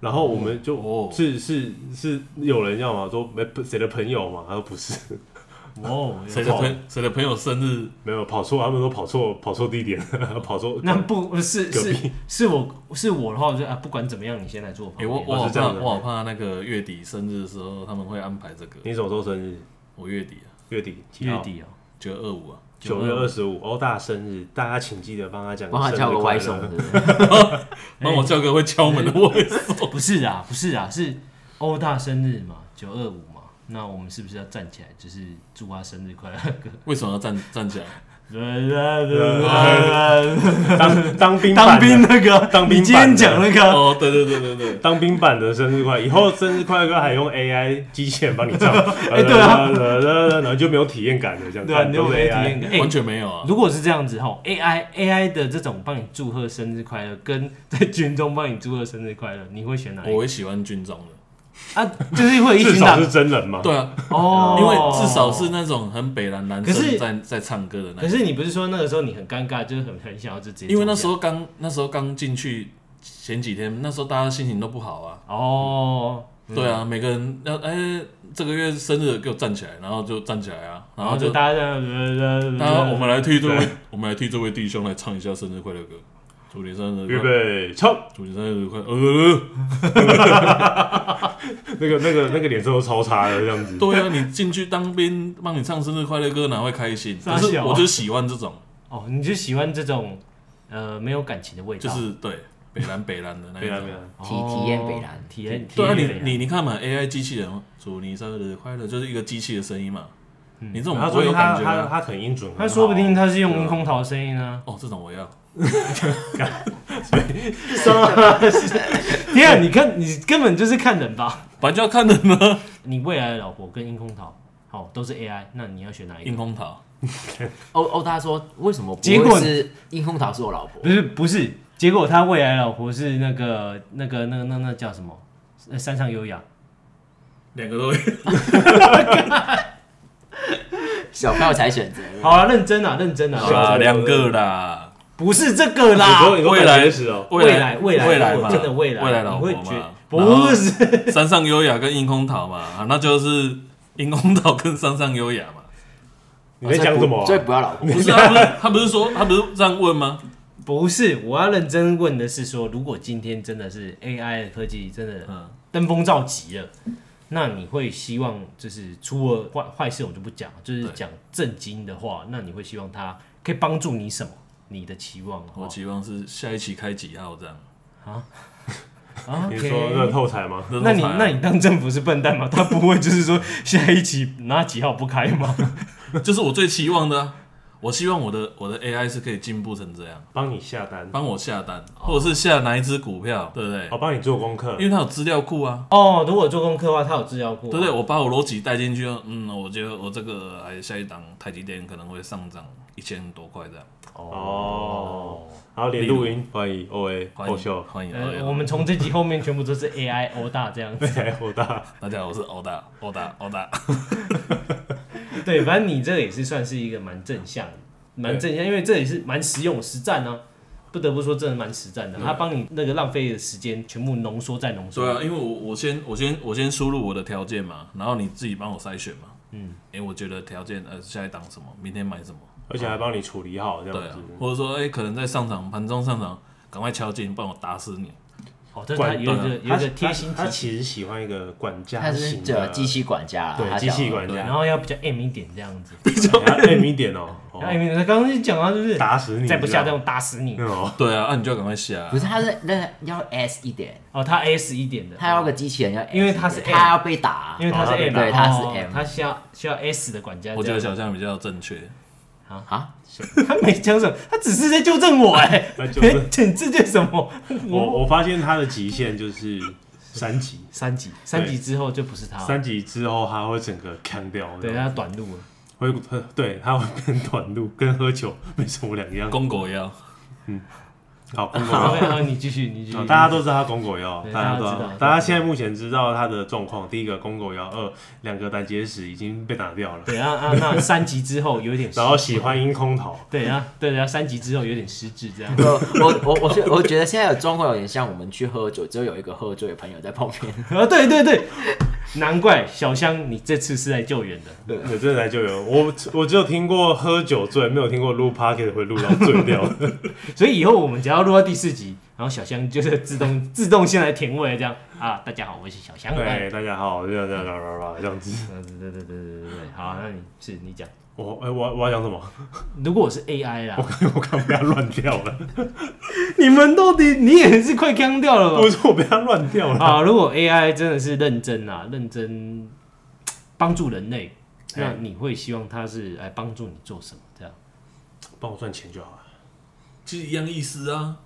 Speaker 1: 然后我们就、
Speaker 2: 哦
Speaker 1: 是是是有人要嘛，说没不谁的朋友嘛，他说不是，
Speaker 3: 哦，
Speaker 2: 谁的朋谁的朋友生日？
Speaker 1: 没有跑错，他们说跑错跑错地点， 跑错
Speaker 3: 那不是
Speaker 1: 隔
Speaker 3: 是是我是我的话，我就啊，不管怎么样，你先来做旁
Speaker 2: 哎，
Speaker 3: 边。
Speaker 2: 我我
Speaker 1: 哦
Speaker 2: 好
Speaker 1: 是这
Speaker 2: 怕，
Speaker 1: 样的
Speaker 2: 我好怕那个月底生日的时候他们会安排这个。
Speaker 1: 你什么时候生日？
Speaker 2: 我月底啊，
Speaker 1: 月底，几号
Speaker 3: 月。底哦、嗯
Speaker 2: 九二五啊，
Speaker 1: 九月二十五，欧大生日，大家请记得帮他讲
Speaker 4: 帮他
Speaker 1: 生日
Speaker 4: 叫个
Speaker 1: 快
Speaker 4: 外
Speaker 1: 乐
Speaker 4: 送，对不对
Speaker 2: 帮我叫个会敲门的位置。
Speaker 3: 不是啊，不是啊，是欧大生日嘛，九二五嘛，那我们是不是要站起来，就是祝他生日快乐歌？
Speaker 2: 为什么要站站起来？
Speaker 1: 当当兵
Speaker 3: 当
Speaker 1: 版的
Speaker 3: 兵那个，
Speaker 1: 当兵版的
Speaker 3: 你今天讲那个，
Speaker 2: 哦，对对对对对，
Speaker 1: 当兵版的生日快乐，以后生日快乐歌还用 AI 机器人帮你唱，哎
Speaker 3: 对啊，
Speaker 1: 然后就没有体验感了，这样
Speaker 3: 对啊，你有
Speaker 1: 都
Speaker 3: 没
Speaker 1: 是
Speaker 3: 有体
Speaker 1: AI
Speaker 3: 验感？哎、
Speaker 2: 完全没有啊。
Speaker 3: 如果是这样子吼，AI AI 的这种帮你祝贺生日快乐，跟在军中帮你祝贺生日快乐，你会选哪一
Speaker 2: 我
Speaker 3: 个
Speaker 2: 会喜欢军装的，
Speaker 3: 啊？就是会有一
Speaker 1: 至
Speaker 3: 群
Speaker 1: 少
Speaker 3: 党
Speaker 1: 是真人嘛，
Speaker 2: 对啊，
Speaker 3: 哦，
Speaker 2: 因为至少是。那种很北蓝男
Speaker 3: 可是
Speaker 2: 生在在唱歌的那
Speaker 3: 可
Speaker 2: 种。
Speaker 3: 是你不是说那个时候你很尴尬，就是很很想要就直接，
Speaker 2: 因为那时候刚那时候刚进去前几天，那时候大家心情都不好啊。
Speaker 3: 哦，
Speaker 2: 对啊，每个人要哎、这个月生日给我站起来，然后就站起来啊，然
Speaker 3: 然
Speaker 2: 后
Speaker 3: 后
Speaker 2: 就
Speaker 3: 哦就呃大家这样，
Speaker 2: 大家我们来替这位
Speaker 1: 对
Speaker 2: 我们来替这位弟兄来唱一下生日快乐歌，祝你生日
Speaker 1: 预
Speaker 2: 快乐，
Speaker 1: 备唱，
Speaker 2: 祝你生日快乐。呃，
Speaker 1: 那个那个那个脸色都超差的这样子，
Speaker 2: 对啊，你进去当兵帮你唱生日快乐歌，哪会开心？
Speaker 3: 傻
Speaker 2: 可是
Speaker 3: 小啊
Speaker 2: 我就喜欢这种，
Speaker 3: 哦，你就喜欢这种呃没有感情的味道，哦
Speaker 2: 就是对北蓝北蓝的那一
Speaker 1: 没了
Speaker 2: 种
Speaker 1: 没。了，
Speaker 4: 体体验北南
Speaker 3: 体验体
Speaker 2: 对啊，
Speaker 3: 验
Speaker 2: 你
Speaker 3: 北
Speaker 2: 你你看嘛，AI 机器人祝你生日快乐，就是一个机器的声音嘛，
Speaker 3: 嗯
Speaker 2: 你这种
Speaker 1: 他
Speaker 2: 不
Speaker 1: 说
Speaker 2: 会有
Speaker 1: 他
Speaker 2: 感觉
Speaker 1: 他
Speaker 2: 啊。
Speaker 1: 他很音准，
Speaker 3: 他说不定他是用
Speaker 1: 对啊
Speaker 3: 空桃声音呢。
Speaker 2: 哦，这种我要。
Speaker 3: 天啊，你看你根本就是看人吧？
Speaker 2: 反正就要看人 呢。
Speaker 3: 你未来的老婆跟樱空桃，好都是 AI，那你要选哪一
Speaker 2: 樱
Speaker 3: 个？
Speaker 2: 空桃，
Speaker 4: 欧欧哦大说为什么不
Speaker 3: 哦结果
Speaker 4: 会是樱空桃是我老婆
Speaker 3: 不？是不是，结果他未来的老婆是那个那个那个那那叫什么？呃山上优雅，
Speaker 2: 两个都有。
Speaker 4: 小朋友才 选择。
Speaker 3: 好了，认真啊，认真啊，
Speaker 1: 是啊
Speaker 2: 两个啦，啊
Speaker 3: 不是这个
Speaker 1: 你说
Speaker 3: 啦
Speaker 1: 你，说
Speaker 2: 未来
Speaker 1: 百分之十哦，
Speaker 3: 未来未来
Speaker 2: 未来嘛，
Speaker 3: 真的未来，
Speaker 2: 未来老
Speaker 3: 你
Speaker 2: 婆
Speaker 3: 会觉
Speaker 2: 嘛，
Speaker 3: 不是
Speaker 2: 然后山上优雅跟樱空桃嘛，啊那就是樱空桃跟山上优 雅嘛。
Speaker 1: 你在讲什么啊？
Speaker 4: 哦所以不所以不要老婆。
Speaker 2: 不是啊，他不是他不是说他不是这样问吗？
Speaker 3: 不是，我要认真问的是说，如果今天真的是 AI 的科技真的
Speaker 2: 嗯，
Speaker 3: 登峰造极了，那你会希望就是除了坏坏事我就不讲，就是
Speaker 2: 对
Speaker 3: 讲正经的话，那你会希望它可以帮助你什么？你的期望的话
Speaker 2: 我期望是下一期开几号这样。
Speaker 3: 啊
Speaker 1: 你说乐
Speaker 3: OK，
Speaker 1: 透彩吗？
Speaker 2: 乐透
Speaker 3: 那你
Speaker 2: 彩啊
Speaker 3: 那你当政府是笨蛋吗？他不会就是说下一期哪几号不开 吗？
Speaker 2: 就是我最期望的啊、我希望我的我的 AI 是可以进步成这样，
Speaker 1: 帮你下单，
Speaker 2: 帮我下单，或者是下哪一只股票，对不对？
Speaker 1: 我帮你做功课
Speaker 2: 因。为它有资料库啊，
Speaker 3: 哦，如果做功课的话，他有资料库啊，
Speaker 2: 对不对？我把我逻辑带进去，嗯，我觉得我这个哎下一档台积电可能会上涨一千多块这样。
Speaker 1: 哦，然后连录音，欢迎 O A
Speaker 2: 欢迎
Speaker 1: 后秀，
Speaker 2: 欢迎欧
Speaker 3: 呃，
Speaker 2: 友，
Speaker 3: 我们从这集后面全部都是 AI 欧大这样子。
Speaker 1: 对，火哎大。
Speaker 2: 大家好，我是欧大，欧大，欧大。
Speaker 3: 对，反正你这个也是算是一个蛮正向，蛮正向，因为这也是蛮实用实战呢、不得不说，真的蛮实战的。他帮你那个浪费的时间全部浓缩再浓缩。
Speaker 2: 对啊，因为我我先我先我先输入我的条件嘛，然后你自己帮我筛选嘛。嗯，哎、我觉得条件呃，下一档什么，明天买什么，
Speaker 1: 而且还帮你处理好这
Speaker 2: 对
Speaker 1: 样
Speaker 2: 啊
Speaker 1: 子，，
Speaker 2: 或者说哎、可能在上场盘中上场，赶快敲进，不然我打死你。
Speaker 3: 哦，但是他有一个有一个贴心
Speaker 1: 他，他
Speaker 3: 提，
Speaker 1: 其实喜欢一个管家
Speaker 3: 啊
Speaker 4: 他是
Speaker 1: 型
Speaker 4: 叫
Speaker 1: 的
Speaker 4: 机，器啊管家啦，
Speaker 1: 对
Speaker 4: 他
Speaker 1: 机器
Speaker 4: 讲
Speaker 1: 管
Speaker 3: 然
Speaker 1: 家，
Speaker 3: 后要比较 M 一点这样子。
Speaker 1: 要 M 一点哦，哦
Speaker 3: 然后 M 一点，他刚刚就讲啊，就是
Speaker 1: 打死你，
Speaker 3: 再不下这
Speaker 1: 这
Speaker 3: 种打死你。
Speaker 1: 哦，
Speaker 2: 对啊，那、你就要赶快下、
Speaker 4: 不是他是那要 S 一点，
Speaker 3: 哦，他 S 一点的，
Speaker 4: 他要个机器人要 S 一点，
Speaker 3: 因为他是 M
Speaker 4: 他要被打，啊
Speaker 3: 因为他是
Speaker 1: 哦
Speaker 3: M，
Speaker 4: 对他是
Speaker 3: 哦
Speaker 4: M
Speaker 3: 他需要需要 S 的管家这样。
Speaker 2: 我觉得小象比较正确。
Speaker 4: 啊，
Speaker 3: 他没讲什么，他只是在纠正我哎、
Speaker 1: 那就
Speaker 3: 没
Speaker 1: 是
Speaker 3: 这这叫什么？
Speaker 1: 我我发现他的极限就是三级，
Speaker 3: 三级，三级之后就不是他了，
Speaker 1: 三级之后他会整个砍掉，
Speaker 3: 对，他短路了。
Speaker 1: 会呃对他会变短路，跟喝酒没什么两样。
Speaker 2: 公狗腰，
Speaker 1: 好，公狗
Speaker 3: 好，哦
Speaker 1: 腰，
Speaker 3: 好，啊你继续，你继续。
Speaker 1: 大家都知道他公狗腰，
Speaker 3: 对
Speaker 1: 大家都
Speaker 3: 大家知道
Speaker 1: 大家现在目前知道他的状况，第一个公狗腰，二两个胆结石已经被打掉了，
Speaker 3: 对啊啊，那三级之后有点失
Speaker 1: 然后喜欢阴空桃，
Speaker 3: 对啊对啊，三级之后有点失智这 样。
Speaker 4: 我啊我我我觉得我觉得现在的状况有点像我们去喝酒，只有有一个喝醉的朋友在旁边，
Speaker 3: 啊，对对对，难怪小香你这次是来救援的。
Speaker 1: 我真的来救援。我我只有听过喝酒醉，没有听过录 p o c k e t 会录到醉 掉。
Speaker 3: 所以以后我们只要录到第四集，然后小香就是自动 自动先来填位这样啊。大家好，我是小香。哎
Speaker 1: 对，大家好，这样这样这样这样这样子。
Speaker 3: 对对对对对对对，好，那你是你讲。
Speaker 1: 我哎、我我要讲什么？
Speaker 3: 如果我是 AI 啦，
Speaker 1: 我刚被他乱掉了，
Speaker 3: 哦 你们到底你也是快僵掉了
Speaker 1: 我
Speaker 3: 吧？
Speaker 1: 说我被他乱掉 了。
Speaker 3: 啊，如果 AI 真的是认真啊，认真帮助人类，
Speaker 1: 哎
Speaker 3: 那你会希望它是来帮助你做什么？这样
Speaker 1: 帮我赚钱就好了。
Speaker 2: 其实一样意思啊。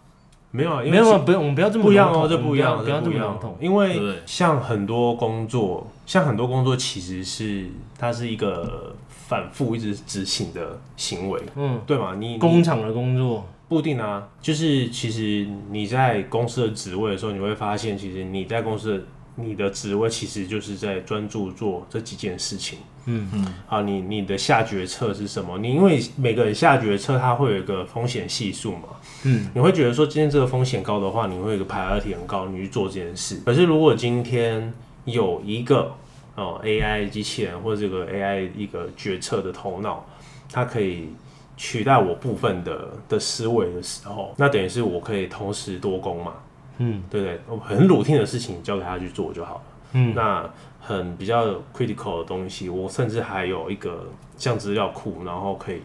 Speaker 1: 没有啊，因
Speaker 3: 没
Speaker 1: 为
Speaker 3: 有啊，不用，我们不要这么
Speaker 1: 不一样
Speaker 3: 笼
Speaker 1: 哦，
Speaker 3: 统
Speaker 1: 这
Speaker 3: 我们
Speaker 1: 不一
Speaker 3: 要
Speaker 1: 样，
Speaker 3: 不要
Speaker 1: 这
Speaker 3: 这
Speaker 1: 不一
Speaker 3: 么
Speaker 1: 样
Speaker 3: 笼统。。
Speaker 1: 因
Speaker 2: 对不
Speaker 1: 为
Speaker 2: 对
Speaker 1: 像很多工作，像很多工作其实是它是一个反复一直执行的行为，
Speaker 3: 嗯，
Speaker 1: 对吗？你你
Speaker 3: 工厂的工作，
Speaker 1: 不一定啊，就是其实你在公司的职位的时候，你会发现，其实你在公司的你的职位其实就是在专注做这几件事情。
Speaker 3: 嗯
Speaker 1: 嗯，好，你你的下决策是什么？你因为每个人下决策，它会有一个风险系数嘛。
Speaker 3: 嗯，
Speaker 1: 你会觉得说今天这个风险高的话，你会有一个排 r i 很高，你去做这件事。可是如果今天有一个哦 AI 机器人或者这个 AI 一个决策的头脑，它可以取代我部分的的思维的时候，那等于是我可以同时多工嘛，
Speaker 3: 嗯
Speaker 1: 对不对？我很 routine 的事情交给他去做就好了。
Speaker 3: 嗯，
Speaker 1: 那很比较 critical 的东西，我甚至还有一个像资料库，然后可以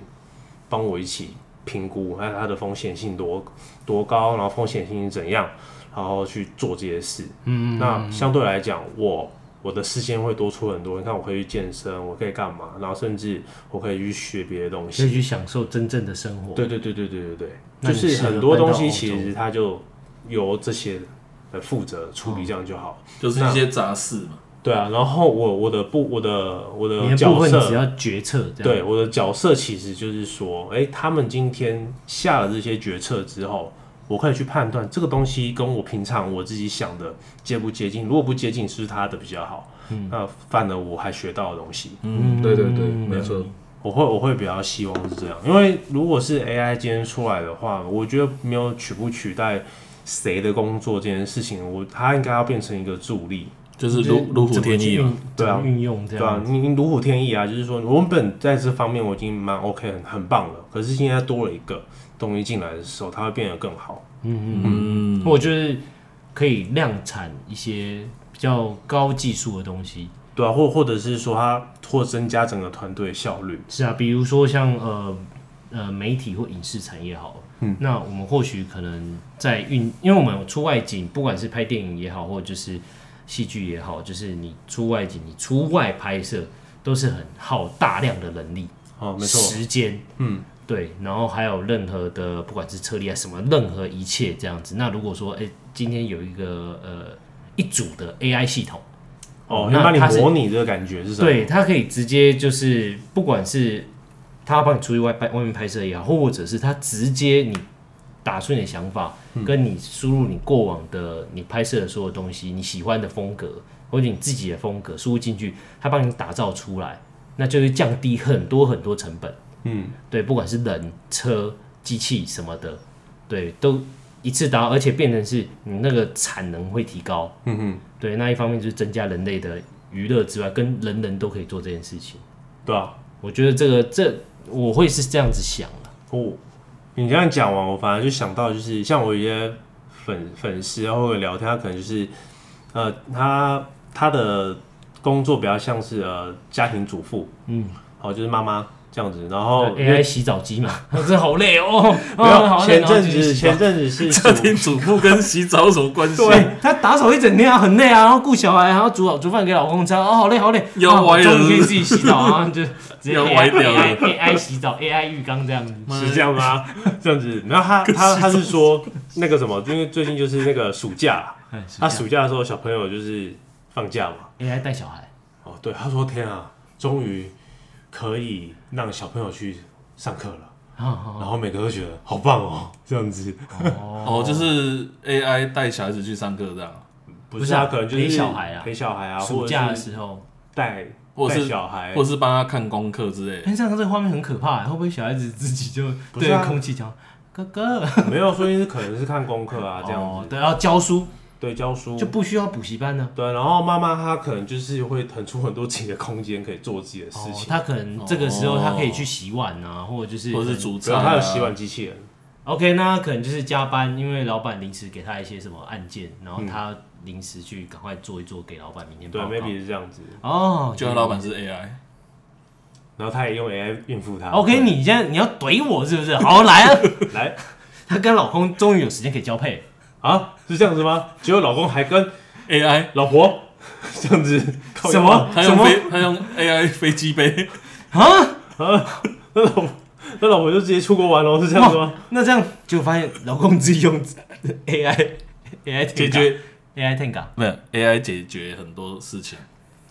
Speaker 1: 帮我一起评估，还有它的风险性多多高，然后风险性是怎样，然后去做这些事。嗯，那相对来讲，我我的时间会多出很多。你看，我可以去健身，我可以干嘛，然后甚至我可以去学别的东西
Speaker 3: 可。以去享受真正的生活。
Speaker 1: 对对对对对对对，
Speaker 3: 那
Speaker 1: 就
Speaker 3: 你
Speaker 1: 是
Speaker 3: 适合
Speaker 1: 很多
Speaker 3: 搬到
Speaker 1: 东西
Speaker 3: 澳
Speaker 1: 其
Speaker 3: 洲
Speaker 1: 实它就由这些来负责处
Speaker 3: 哦
Speaker 1: 理，这样就好。
Speaker 2: 就是一些杂事嘛，
Speaker 1: 对啊，然后我我的部我的我
Speaker 3: 你的
Speaker 1: 的
Speaker 3: 部
Speaker 1: 角
Speaker 3: 分只
Speaker 1: 色，
Speaker 3: 要决策这样。
Speaker 1: 对我的角色其实就是说，哎、他们今天下了这些决策之后，我可以去判断这个东西跟我平常我自己想的接不接近，如果不接近，是不是他的比较好？嗯，那反而我还学到的东西，
Speaker 2: 嗯，对对对，啊没错，
Speaker 1: 我会我会比较希望是这样，因为如果是 AI 今天出来的话，我觉得没有取不取代谁的工作这件事情，我它应该要变成一个助力。
Speaker 2: 就是如如虎添翼嘛。
Speaker 3: 嘛，
Speaker 1: 对啊
Speaker 3: 怎么运用这
Speaker 1: 对啊
Speaker 3: 样。，
Speaker 1: 你你如虎添翼啊，就是说我原本在这方面我已经蛮 OK 很很棒了，可是现在多了一个东西进来的时候，它会变得更好。
Speaker 2: 嗯，
Speaker 3: 我就是可以量产一些比较高技术的东西。
Speaker 1: 对啊，或或者是说它或增加整个团队效率。
Speaker 3: 是啊，比如说像呃呃媒体或影视产业好了，嗯，那我们或许可能在运，因为我们有出外景，不管是拍电影也好，或者就是戏剧也好，就是你出外景，你出外拍摄都是很耗大量的人力，
Speaker 1: 哦，没错，
Speaker 3: 时间，
Speaker 1: 嗯，
Speaker 3: 对，然后还有任何的不管是车力啊什么，任何一切这样子。那如果说，哎、今天有一个呃一组的 AI 系统，
Speaker 1: 哦，
Speaker 3: 那
Speaker 1: 那帮
Speaker 3: 它
Speaker 1: 你
Speaker 3: 是
Speaker 1: 模拟这个感觉是什么？
Speaker 3: 对，它可以直接就是不管是它帮你出去外拍外面拍摄也好，或者是它直接你打出你的想法，
Speaker 1: 嗯
Speaker 3: 跟你输入你过往的你拍摄的所有东西，你喜欢的风格或者你自己的风格输入进去，它帮你打造出来，那就会降低很多很多成本。
Speaker 1: 嗯，
Speaker 3: 对，不管是人、车、机器什么的，对，都一次达到，而且变成是你那个产能会提高。
Speaker 1: 嗯哼，
Speaker 3: 对，那一方面就是增加人类的娱乐之外，跟人人都可以做这件事情。
Speaker 1: 对啊，
Speaker 3: 我觉得这个这我会是这样子想的。
Speaker 1: 哦，你这样讲完，我反而就想到，就是像我有一些粉粉丝啊或者聊天，他可能就是，呃，他他的工作比较像是呃家庭主妇，
Speaker 3: 嗯，
Speaker 1: 哦，就是妈妈这样子，然后因为
Speaker 3: AI 哦洗澡机嘛， 真的好累哦。
Speaker 1: 没
Speaker 3: 哦
Speaker 1: 有
Speaker 3: 好累
Speaker 1: 前
Speaker 3: 然后
Speaker 1: 阵
Speaker 3: 继续
Speaker 1: 子
Speaker 3: 洗澡
Speaker 1: 前阵子是
Speaker 2: 家
Speaker 1: 煮
Speaker 2: 庭主妇跟洗澡有什么关系？
Speaker 3: 对，他打扫一整天啊，很累啊，然后顾小孩，然后煮好煮饭给老公吃啊，哦，好累好累，
Speaker 2: 又
Speaker 3: 啊
Speaker 2: 歪了
Speaker 3: 终于可以自己洗澡啊， 然后就直接
Speaker 2: 又歪
Speaker 3: AI
Speaker 2: 掉了
Speaker 3: AI 洗澡，AI 浴缸这样子。
Speaker 1: 是这样吗？ 这样子，然后他他他是说那个什么，因为最近就是那个暑假，
Speaker 3: 哎
Speaker 1: 他暑假的时候小朋友就是放假嘛，
Speaker 3: AI 带小孩，
Speaker 1: 哦，对，他说天啊，终于可以让小朋友去上课了。
Speaker 3: 哦
Speaker 1: 然后每个都觉得好棒哦，这样子。
Speaker 2: 哦，就是 AI 带小孩子去上课这样，
Speaker 1: 不
Speaker 3: 是
Speaker 1: 是啊，
Speaker 3: 啊
Speaker 1: 可能就是
Speaker 3: 陪小孩啊
Speaker 1: 陪小孩啊，
Speaker 3: 暑
Speaker 1: 或
Speaker 3: 假
Speaker 1: 者
Speaker 3: 的
Speaker 1: 是
Speaker 3: 时候，
Speaker 1: 带
Speaker 2: 或者
Speaker 1: 带
Speaker 2: 是
Speaker 1: 小孩
Speaker 2: 或，者是帮他看功课之类的。
Speaker 3: 哎，这样这个画面很可怕，会不会小孩子自己就
Speaker 1: 不
Speaker 3: 对
Speaker 1: 是啊
Speaker 3: 着空气讲哥哥
Speaker 1: 没有，说不定是可能是看功课啊这样
Speaker 3: 哦
Speaker 1: 子，
Speaker 3: 对，要教书
Speaker 1: 对，教书
Speaker 3: 就。不需要补习班呢。
Speaker 1: 对，然后妈妈她可能就是会腾出很多自己的空间，可以做自己的事
Speaker 3: 哦，
Speaker 1: 情。
Speaker 3: 他可能这个时候他可以去洗碗啊，或者就是
Speaker 2: 哦或者是
Speaker 1: 主
Speaker 2: 煮菜、
Speaker 1: 要
Speaker 2: 啊，
Speaker 1: 她有洗
Speaker 3: 呃
Speaker 1: 碗机器人，
Speaker 3: OK，那他可能就是加班，因为老板临时给他一些什么案件，然后他临时去赶快做一做，给老板明天
Speaker 1: 对
Speaker 3: 报告。
Speaker 1: ，maybe 是这样子。
Speaker 3: 哦，
Speaker 2: 就他老板是 AI，
Speaker 1: 然后她也用 AI 应付她。
Speaker 3: OK，你哦现在你要怼我是不是？好，来啊！
Speaker 1: 来
Speaker 3: 她跟老公终于有时间可以交配，
Speaker 1: 啊，是这样子吗？结果老公还跟
Speaker 2: AI，
Speaker 1: 老婆 这样子，靠
Speaker 3: 什么
Speaker 2: 他
Speaker 3: 什
Speaker 2: 用
Speaker 3: 么
Speaker 2: 飞他用 AI 飞机 杯，
Speaker 3: 啊
Speaker 1: 那老婆那老婆就直接出国玩喽，是这样子吗？
Speaker 3: 那这样就发现老公自己用 AI AI
Speaker 2: 解决
Speaker 3: AI Tenga
Speaker 2: 没有 AI 解决很多事情，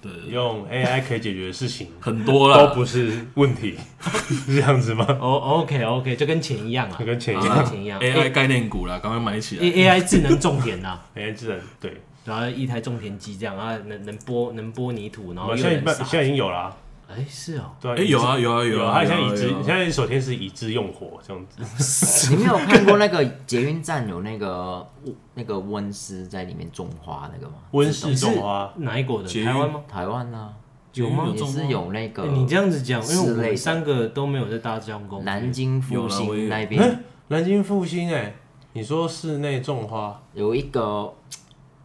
Speaker 2: 对，
Speaker 1: 用 AI 可以解决的事情
Speaker 2: 很
Speaker 1: 都
Speaker 2: 多啦。
Speaker 1: 不是问题， 是这样子吗？
Speaker 3: 哦、o k OK，就跟钱一样啊，
Speaker 1: 跟钱一
Speaker 3: 跟
Speaker 1: 样，
Speaker 3: 钱一样
Speaker 2: AI 概念股啦，赶快买起
Speaker 3: A
Speaker 2: 来。
Speaker 3: AI 智能啊种田呐、
Speaker 1: 哎，智能对，
Speaker 3: 然后一台种田机这样啊，能能播能播泥土，然后
Speaker 1: 我
Speaker 3: 又
Speaker 1: 现在一
Speaker 3: 能
Speaker 1: 般
Speaker 3: 撒
Speaker 1: 现在已哦经有了啊，
Speaker 3: 哎、是哦，
Speaker 1: 对啊，
Speaker 2: 哎，有啊
Speaker 1: 已
Speaker 2: 有啊
Speaker 1: 知有
Speaker 2: 啊，
Speaker 1: 它现在已知
Speaker 2: 有啊
Speaker 1: 现在首先是已知用火这样子，
Speaker 4: 你没有看过那个捷运站有那个那个温室在里面种花那个吗？
Speaker 1: 温室种花，
Speaker 3: 哪一国的？
Speaker 2: 捷运
Speaker 3: 台湾吗？
Speaker 4: 台湾呢、
Speaker 3: 有
Speaker 4: 啊
Speaker 3: 吗？
Speaker 4: 也是有那个
Speaker 3: 哎你这样子讲，因为我
Speaker 4: 之类
Speaker 3: 们
Speaker 4: 的
Speaker 3: 三个都没有在搭交通工具
Speaker 4: 南京复
Speaker 2: 有啦我也
Speaker 4: 兴
Speaker 2: 有
Speaker 4: 那边
Speaker 1: 哎，南京复兴哎，你说室内种花，
Speaker 4: 有一个，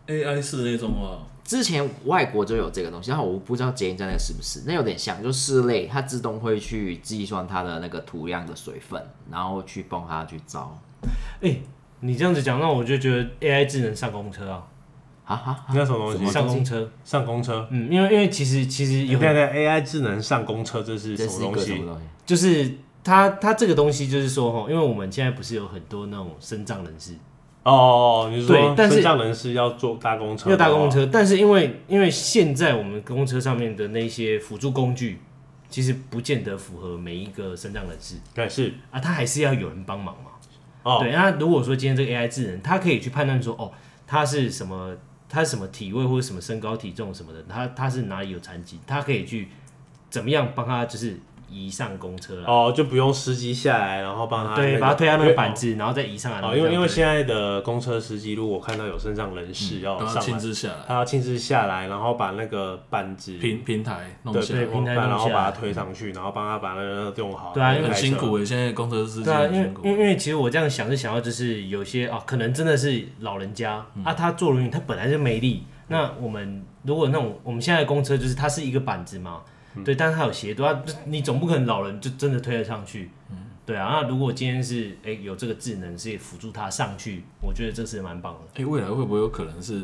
Speaker 2: AI 室内种啊，
Speaker 4: 之前外国就有这个东西，然后我不知道捷运站那个是不是，那有点像，就室内它自动会去计算它的那个土壤的水分，然后去帮它去招。
Speaker 3: 哎、你这样子讲，那我就觉得 AI 智能上公车啊，
Speaker 4: 哈哈，
Speaker 1: 那什么东西？
Speaker 3: 上公车，
Speaker 1: 上公车？
Speaker 3: 嗯，因为因为其实其实
Speaker 1: 对
Speaker 3: 有
Speaker 1: 对，AI 智能上公车，这是什
Speaker 4: 这是
Speaker 1: 么东
Speaker 4: 一个什
Speaker 1: 西
Speaker 4: 么？东西？
Speaker 3: 就是它它这个东西就是说哈，因为我们现在不是有很多那种身障人士
Speaker 1: 哦，你是
Speaker 3: 对
Speaker 1: 说
Speaker 3: 但是
Speaker 1: 身障人士要坐搭公车，啊哦
Speaker 3: 要搭公，车，但是因为因为现在我们公车上面的那些辅助工具，其实不见得符合每一个身障人士
Speaker 1: 对，是
Speaker 3: 啊，他还是要有人帮忙嘛。
Speaker 1: 哦，
Speaker 3: 对，那如果说今天这个 AI 智能，它可以去判断说，哦，它是什么，它是什么体位或者什么身高体重什么的，它它是哪里有残疾，它可以去怎么样帮他就是移上公车啦，
Speaker 1: 哦，就不用司机下来，然后帮他啊那
Speaker 3: 对，
Speaker 1: 个
Speaker 3: 把它推到那
Speaker 1: 因
Speaker 3: 个
Speaker 1: 为
Speaker 3: 板子，然后再移上来。
Speaker 1: 哦，因为因为
Speaker 3: 现
Speaker 1: 现在的公车司机，如果看到有身障人
Speaker 3: 嗯
Speaker 1: 士要
Speaker 2: 然后
Speaker 1: 上
Speaker 2: 亲
Speaker 1: 来，
Speaker 2: 自下来，
Speaker 1: 他要亲自下来，然后把那个板子
Speaker 2: 平平台弄
Speaker 1: 对
Speaker 2: 下
Speaker 3: 对
Speaker 2: 来，
Speaker 1: 平
Speaker 3: 平台
Speaker 1: 板
Speaker 3: 弄
Speaker 1: 然后
Speaker 3: 下
Speaker 1: 把
Speaker 3: 来嗯
Speaker 1: 它推上去，然后帮他把那个用好，
Speaker 3: 对啊因为
Speaker 2: 很辛苦
Speaker 1: 哎。
Speaker 2: 诶，现在公车司机
Speaker 3: 对啊，
Speaker 2: 很
Speaker 3: 因为
Speaker 2: 辛苦
Speaker 3: 因为。因为其实我这样想是想要就是有些啊，可能真的是老人家、
Speaker 2: 嗯
Speaker 3: 啊，他坐轮椅他本来就没力。那我们如果那种我们现在的公车就是它
Speaker 2: 嗯嗯
Speaker 3: 是一个板子嘛，对，但是它有斜度啊，就你总不可能老人就真的推得上去，对啊，那如果今天是哎、有这个智能是辅助他上去，我觉得这是蛮棒的。
Speaker 2: 哎、未来会不会有可能是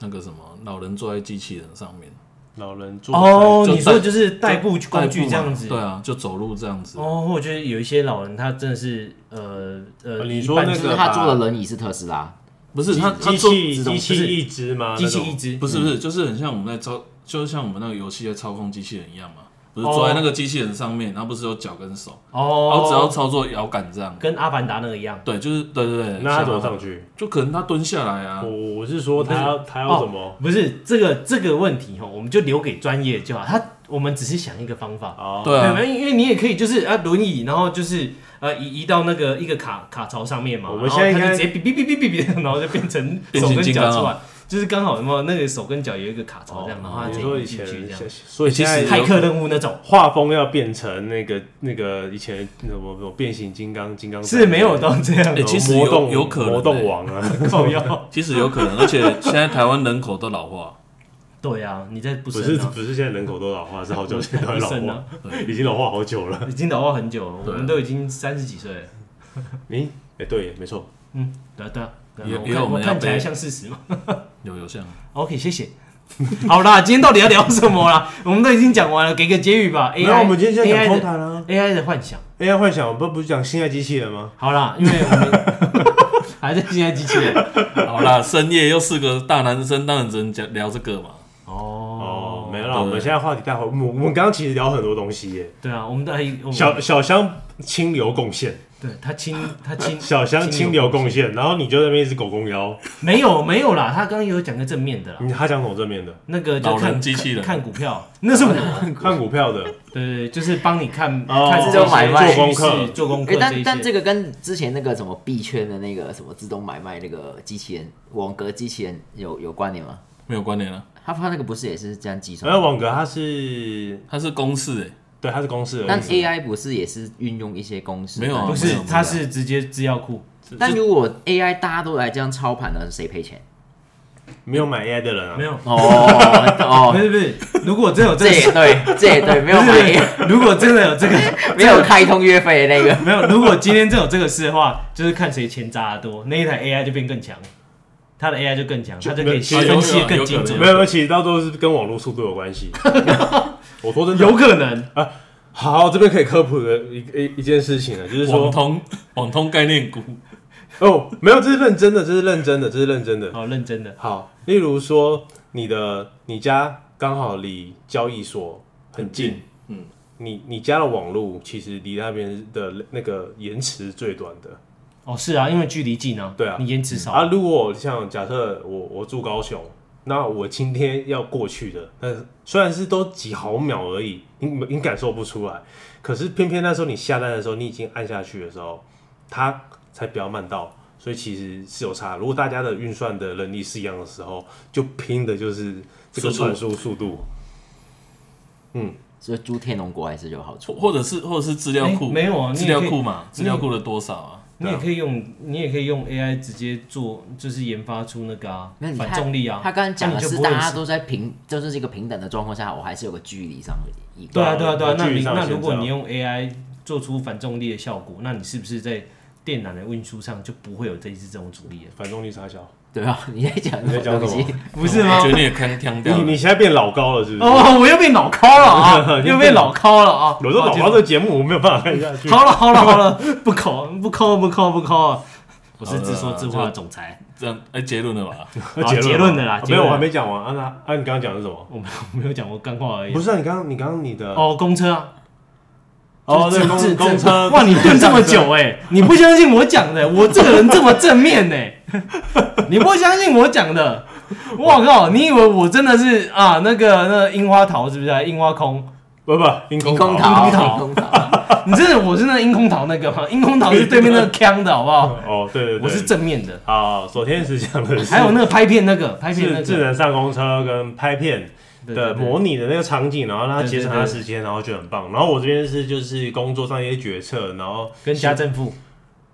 Speaker 2: 那个什么老人坐在机器人上面？
Speaker 1: 老人坐
Speaker 3: 哦，
Speaker 2: 就
Speaker 3: 你说
Speaker 2: 代
Speaker 3: 就是代步工具
Speaker 2: 代步嘛
Speaker 3: 这样子，
Speaker 2: 对啊，就走路这样子。
Speaker 3: 哦，我觉得有一些老人他真的是呃
Speaker 2: 啊
Speaker 3: 呃，
Speaker 1: 你
Speaker 3: 一
Speaker 1: 说
Speaker 3: 半
Speaker 1: 那
Speaker 4: 就
Speaker 1: 这
Speaker 4: 是
Speaker 1: 个
Speaker 4: 他坐的
Speaker 1: 吧
Speaker 4: 轮椅是特斯拉，
Speaker 2: 不是他，他
Speaker 1: 机
Speaker 2: 坐
Speaker 1: 器
Speaker 4: 自动
Speaker 1: 机
Speaker 3: 不是
Speaker 1: 器一只吗？
Speaker 3: 机器
Speaker 1: 那种
Speaker 3: 一只
Speaker 2: 不是不是，就是很像我们在操，就像我们那个游戏在操控机器人一样嘛。不
Speaker 3: 哦
Speaker 2: 是坐在那个机器人上面，然后不是有脚跟手，然后只要
Speaker 3: 哦，
Speaker 2: 操作摇杆这样。
Speaker 3: 跟阿凡达那个一样，
Speaker 2: 对，就是对对对。
Speaker 1: 那他
Speaker 2: 像
Speaker 1: 怎么上去？
Speaker 2: 就可能他蹲下来啊
Speaker 1: 我。我是说他要他要怎么？
Speaker 3: 不是这个这个问题哈，我们就留给专业就好。他我们只是想一个方法，
Speaker 1: 哦，
Speaker 2: 对啊，
Speaker 3: 对，因为因为你也可以就是啊轮椅，然后就是呃移移到那个一个卡卡槽上面嘛，
Speaker 1: 我们
Speaker 3: 然后
Speaker 1: 现在
Speaker 3: 它
Speaker 1: 应
Speaker 3: 就
Speaker 1: 该
Speaker 3: 直接哔哔哔哔哔 哔，然后就变成
Speaker 2: 变
Speaker 3: 手
Speaker 2: 形
Speaker 3: 跟
Speaker 2: 金
Speaker 3: 脚
Speaker 2: 刚
Speaker 3: 出
Speaker 2: 啊
Speaker 3: 来，就是刚好什么那个手跟脚有一个卡槽这样，然后它
Speaker 1: 你
Speaker 3: 直
Speaker 1: 说
Speaker 3: 接
Speaker 1: 以
Speaker 3: 进
Speaker 1: 前
Speaker 3: 哦啊去这样，
Speaker 1: 所以现在
Speaker 2: 其实
Speaker 1: 有
Speaker 3: 骇客任务那种
Speaker 1: 画风要变成那个那个以前那什么什么变形金刚、金刚
Speaker 3: 是没呃有到这样
Speaker 2: 哎
Speaker 1: 其
Speaker 2: 其
Speaker 1: 实
Speaker 2: 实
Speaker 1: 呃魔
Speaker 2: 有
Speaker 1: 动
Speaker 2: 有可能
Speaker 1: 魔
Speaker 2: 欸
Speaker 1: 动王啊，
Speaker 3: 靠腰。
Speaker 2: 其实有可能，而且现在台湾人口都老化，
Speaker 3: 对啊，你在
Speaker 1: 不
Speaker 3: 不生
Speaker 1: 是
Speaker 3: 啊
Speaker 1: 不是现在人口都老化，是好久前都在老
Speaker 3: 不生
Speaker 1: 化
Speaker 3: 啊，
Speaker 1: 已经老化好久了。
Speaker 3: 已经老化很久了，我
Speaker 2: 对啊
Speaker 3: 们都已经三十几岁了。
Speaker 1: 咦，哎对，没错，
Speaker 3: 嗯，对啊，对啊，对
Speaker 2: 也
Speaker 3: 啊我
Speaker 2: 也有
Speaker 3: 看
Speaker 2: 我
Speaker 3: 我
Speaker 2: 们要
Speaker 3: 看起来
Speaker 2: 背
Speaker 3: 像四十嘛。
Speaker 2: 有有像
Speaker 3: OK，谢 谢。好啦，今天到底要聊什么啦？我们都已经讲完了，给个结语吧。
Speaker 1: 没有
Speaker 3: AI，
Speaker 1: 我们今天先讲
Speaker 3: AI
Speaker 1: 空
Speaker 3: 的
Speaker 1: 谈啊
Speaker 3: AI 的幻想。
Speaker 1: AI 幻想不不是讲性爱机器人吗？
Speaker 3: 好啦，因为我们 还在现在机器人。
Speaker 2: 好啦，深夜又是个大男生，当然只能讲聊这个嘛。
Speaker 1: 哦
Speaker 3: 哦，，
Speaker 1: 没有啦，
Speaker 2: 对
Speaker 1: 我们现在话题带回，我们我们刚刚其实聊很多东西耶，
Speaker 3: 对啊，我们都还我们
Speaker 1: 小小香清流贡献，
Speaker 3: 对他亲他亲
Speaker 1: 小香清流贡献，然后你就在那边一直狗公腰，
Speaker 3: 没有没有啦，他刚刚有讲个正面的啦，
Speaker 1: 你他讲什么正面的？
Speaker 3: 那个就
Speaker 2: 老
Speaker 3: 看
Speaker 2: 人机器人
Speaker 3: 看看股票，那是我。
Speaker 1: 看股票的，
Speaker 3: 对对对，就是帮你看
Speaker 1: 哦
Speaker 3: 看
Speaker 4: 自动买卖
Speaker 3: 趋势
Speaker 1: 做功课
Speaker 3: 做功
Speaker 4: 哎、
Speaker 3: 课这
Speaker 4: 但
Speaker 3: 一
Speaker 4: 但
Speaker 3: 些。
Speaker 4: 这个跟之前那个什么币圈的那个什么自动买卖那个机器人网格机器人有有关联吗？
Speaker 2: 没有关联啊，
Speaker 4: 他他那个不是也是这样计算
Speaker 1: 然后？网格它是
Speaker 2: 它是公式哎、
Speaker 1: 对它是公式的
Speaker 4: 但
Speaker 1: 公司，
Speaker 4: AI 不是也是运用一些公式？
Speaker 2: 没有啊
Speaker 4: 来
Speaker 3: 不
Speaker 4: 完
Speaker 3: 是
Speaker 4: 成，
Speaker 3: 它
Speaker 4: 的
Speaker 3: 是直接资料库。
Speaker 4: 但如果 AI 大家都来这样操盘了，谁赔钱？
Speaker 1: 没有买 AI 的人啊
Speaker 3: 没，有，
Speaker 4: 哦
Speaker 3: 不
Speaker 4: 哦，
Speaker 3: 是不是，如果真有 这
Speaker 4: 这
Speaker 3: 个
Speaker 4: 也对，这也对，没有
Speaker 3: 不
Speaker 4: 买
Speaker 3: 是
Speaker 4: AI
Speaker 3: 如果真的有这个，
Speaker 4: 没有开通月费的那个。
Speaker 3: 没有，如果今天真有这个事的话，就是看谁钱砸的多，那一台 AI 就变更强，它的 AI 就更强，它就可以
Speaker 1: 就没
Speaker 3: 分析得
Speaker 2: 有
Speaker 3: 更
Speaker 2: 有
Speaker 3: 精
Speaker 2: 有
Speaker 3: 准
Speaker 1: 没，有，没有其实到最后是跟网络速度有关 系。我说真的，
Speaker 3: 有可能。
Speaker 1: 好，这边可以科普的一一一件事情了，啊就是
Speaker 2: 网
Speaker 1: 说
Speaker 2: 通网通概念股，
Speaker 1: 哦，没有，这是认真的，这是认真的，这是认真的。
Speaker 3: 好哦认真的，
Speaker 1: 好，例如说你的你家刚好离交易所很近，
Speaker 2: 很近嗯，
Speaker 1: 你你家的网络其实离那边的那个延迟最短的。
Speaker 3: 哦是啊，因为距离近啊，
Speaker 1: 对啊
Speaker 3: 你延迟少，
Speaker 1: 啊，如果像假设我我住高雄，那我今天要过去的，那虽然是都几毫秒而已，你你感受不出来，可是偏偏那时候你下单的时候，你已经按下去的时候，它才比较慢到，所以其实是有差。如果大家的运算的能力是一样的时候，就拼的就是这个
Speaker 2: 速度
Speaker 1: 传输速度。
Speaker 4: 所以租天龙国还是有好处。
Speaker 2: 或者是或者是资料库、
Speaker 3: 哎没有啊你
Speaker 2: 资
Speaker 3: 也
Speaker 2: 料
Speaker 3: 可以
Speaker 2: 库嘛，资料库的多少啊？
Speaker 3: 你也可以用，你也可以用 AI 直接做，就是研发出那个啊
Speaker 4: 那你看
Speaker 3: 反重力啊。
Speaker 4: 他刚刚讲的
Speaker 3: 那你
Speaker 4: 是
Speaker 3: 就不会
Speaker 4: 大家都在平，就是这个平等的状况下，我还是有个距离上的一
Speaker 3: 对
Speaker 4: 个。
Speaker 3: 啊对啊对啊。那
Speaker 1: 距离
Speaker 3: 你
Speaker 1: 上的
Speaker 3: 那如果
Speaker 1: 限制啊
Speaker 3: 你用 AI 做出反重力的效果，那你是不是在电缆的运输上就不会有这一次这种阻力了？
Speaker 1: 反重力差小，
Speaker 4: 对啊，你在讲
Speaker 1: 你在
Speaker 4: 什
Speaker 1: 讲什
Speaker 4: 么东
Speaker 1: 么
Speaker 4: 西？
Speaker 3: 不是
Speaker 2: 我
Speaker 3: 吗
Speaker 2: 觉？得你也看腔
Speaker 1: 你
Speaker 2: 掉了
Speaker 1: 你。现在变老高了是不是？
Speaker 3: 哦，我又被脑敲了啊， 又被脑敲了 啊！
Speaker 1: 我说老
Speaker 3: 抱歉
Speaker 1: 高这个节目我没有办法看下去。
Speaker 3: 好了好了好了， 不抠不抠不抠不啊抠，我是自说自话的总裁。
Speaker 2: 这样哎，结论了吧？
Speaker 1: 那
Speaker 3: 好结
Speaker 1: 结
Speaker 3: 论
Speaker 1: 吗
Speaker 3: 的啦
Speaker 1: 啊
Speaker 3: 结
Speaker 1: 没有，
Speaker 3: 论
Speaker 1: 我
Speaker 3: 了
Speaker 1: 还没讲完。啊那啊，你刚刚讲的是什么？
Speaker 3: 我没我没有讲过干话而已
Speaker 1: 不。是啊，你刚刚你刚刚你的
Speaker 3: 哦，公车啊，
Speaker 1: 哦，
Speaker 3: 就是
Speaker 1: 那
Speaker 3: 自
Speaker 1: 公
Speaker 3: 自
Speaker 1: 公
Speaker 3: 自
Speaker 1: 车，
Speaker 3: 哇，你顿 这么久哎，你不相信我讲的，我这个人这么正面 呢，你不相信我讲的，我靠，你以为我真的是啊那个那个樱花桃是不是啊？樱花空，
Speaker 1: 不不，樱
Speaker 4: 空
Speaker 1: 桃，
Speaker 4: 桃，
Speaker 3: 空桃
Speaker 4: 空 桃，
Speaker 3: 你真的我是那樱空桃那个 吗？樱空桃是对面那个腔的好不好？
Speaker 1: 哦，对对对，
Speaker 3: 我是正面的，
Speaker 1: 好，昨天是讲的是，
Speaker 3: 还有那个拍片那个拍片那
Speaker 1: 智智
Speaker 3: 个
Speaker 1: 能上公车跟拍片
Speaker 3: 对对
Speaker 1: 的
Speaker 3: 对
Speaker 1: 模拟的那个场景，然后让他
Speaker 3: 对对
Speaker 1: 节省他
Speaker 3: 对
Speaker 1: 的时间，然后觉得很棒。然后我这边是就是工作上一些决策，然后
Speaker 3: 跟家政妇。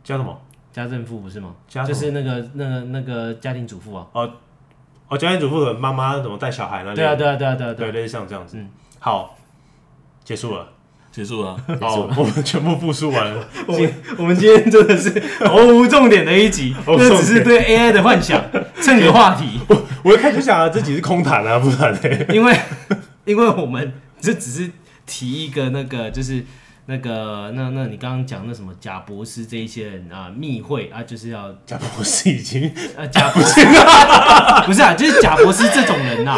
Speaker 1: 叫什么？
Speaker 3: 家政妇不是吗？
Speaker 1: 家
Speaker 3: 就
Speaker 1: 什
Speaker 3: 是那个那个那个家庭主妇啊。
Speaker 1: 哦，家庭主妇和妈妈怎么带小孩那里？
Speaker 3: 啊对啊，对啊，对啊，对啊，
Speaker 1: 对，
Speaker 3: 对啊。
Speaker 1: 类似像这样子
Speaker 3: 嗯。
Speaker 1: 好，结束了。
Speaker 2: 结束了。
Speaker 1: 好，我们全部复述完了。
Speaker 3: 我们我们今天真的是毫无重点的一集，
Speaker 1: 毫无重
Speaker 3: 这
Speaker 1: 点
Speaker 3: 只是对 AI 的 幻想，蹭个话题，
Speaker 1: 我一开始就想啊，这集是空谈啊，不然嘞。
Speaker 3: 因为 因为我们这只是提一个那个就是。那个，那那你刚刚讲那什么贾博士这一些人啊，密会啊，就是要
Speaker 1: 贾博士已经
Speaker 3: 呃贾博士， 不是啊，就是贾博士这种人呐、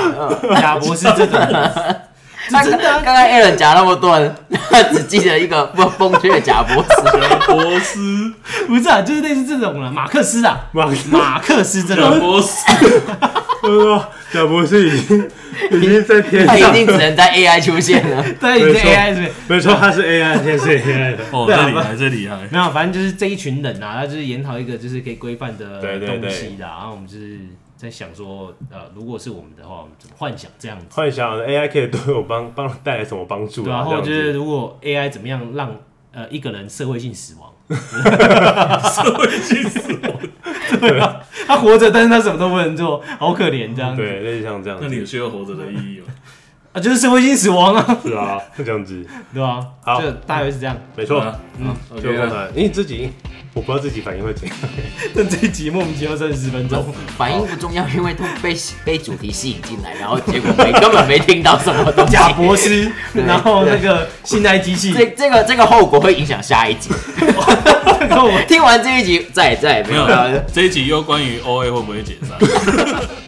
Speaker 3: 贾博士这种人， 这真的啊、
Speaker 4: 刚刚 Aaron 讲那么多人，他只记得一个崩崩缺的假 博士，
Speaker 2: 博斯，
Speaker 3: 不是啊，就是类似这种人，马克思啊，
Speaker 1: 马克
Speaker 3: 马克思这种
Speaker 2: 啊
Speaker 3: 人，
Speaker 2: 博斯，
Speaker 1: 呃，贾博士已经已经在天
Speaker 4: 他一
Speaker 1: 上，
Speaker 4: 定只能在 AI 出现了。
Speaker 3: 对，已
Speaker 1: 没
Speaker 3: 经
Speaker 1: 错
Speaker 3: AI 是不是？
Speaker 1: 没错，他是 AI，现在是 AI 的。
Speaker 2: 哦，这厉害，这厉害。
Speaker 3: 没有，反正就是这一群人啊，他就是研讨一个就是可以规范的
Speaker 1: 对对对
Speaker 3: 东西啦。然后我们就是在想说，呃，如果是我们的话，我们怎么幻想这样子？
Speaker 1: 幻想 AI 可以对我帮帮带来什么帮助
Speaker 3: 对啊，
Speaker 1: 啊？
Speaker 3: 或者
Speaker 1: 这
Speaker 3: 就
Speaker 1: 样
Speaker 3: 是
Speaker 1: 子
Speaker 3: 如果 AI 怎么样让呃一个人社会性死 亡？社 会性死亡，对啊，他活着，但是他什么都不能做，好可怜这样子
Speaker 1: 对，类似像这样
Speaker 2: 那你有
Speaker 1: 子。
Speaker 2: 需要活着的意义吗？
Speaker 3: 啊，就是社会性死亡啊，
Speaker 1: 是 啊，这样子，
Speaker 3: 对吧、
Speaker 1: 好
Speaker 3: 就大约是这样。
Speaker 1: 没错
Speaker 2: 对。啊，嗯
Speaker 1: 就
Speaker 2: ，OK
Speaker 1: 空
Speaker 2: 啊。
Speaker 1: 谈，因为自己我不知道自己反应会怎样。
Speaker 3: 但 这一集莫名其妙三十分钟，
Speaker 4: 反应不重要，因为都被被主题吸引进来，然后结果没根本没听到什么东西。
Speaker 3: 贾博 士，
Speaker 4: 对
Speaker 3: 然后那个信赖机器，
Speaker 4: 这这个这个后果会影响 下一集。
Speaker 3: 这个我
Speaker 4: 听完这一集，再也再也没
Speaker 2: 没
Speaker 4: 有
Speaker 2: 有
Speaker 4: 了。，
Speaker 2: 这一集又关于 OA 会不会解散？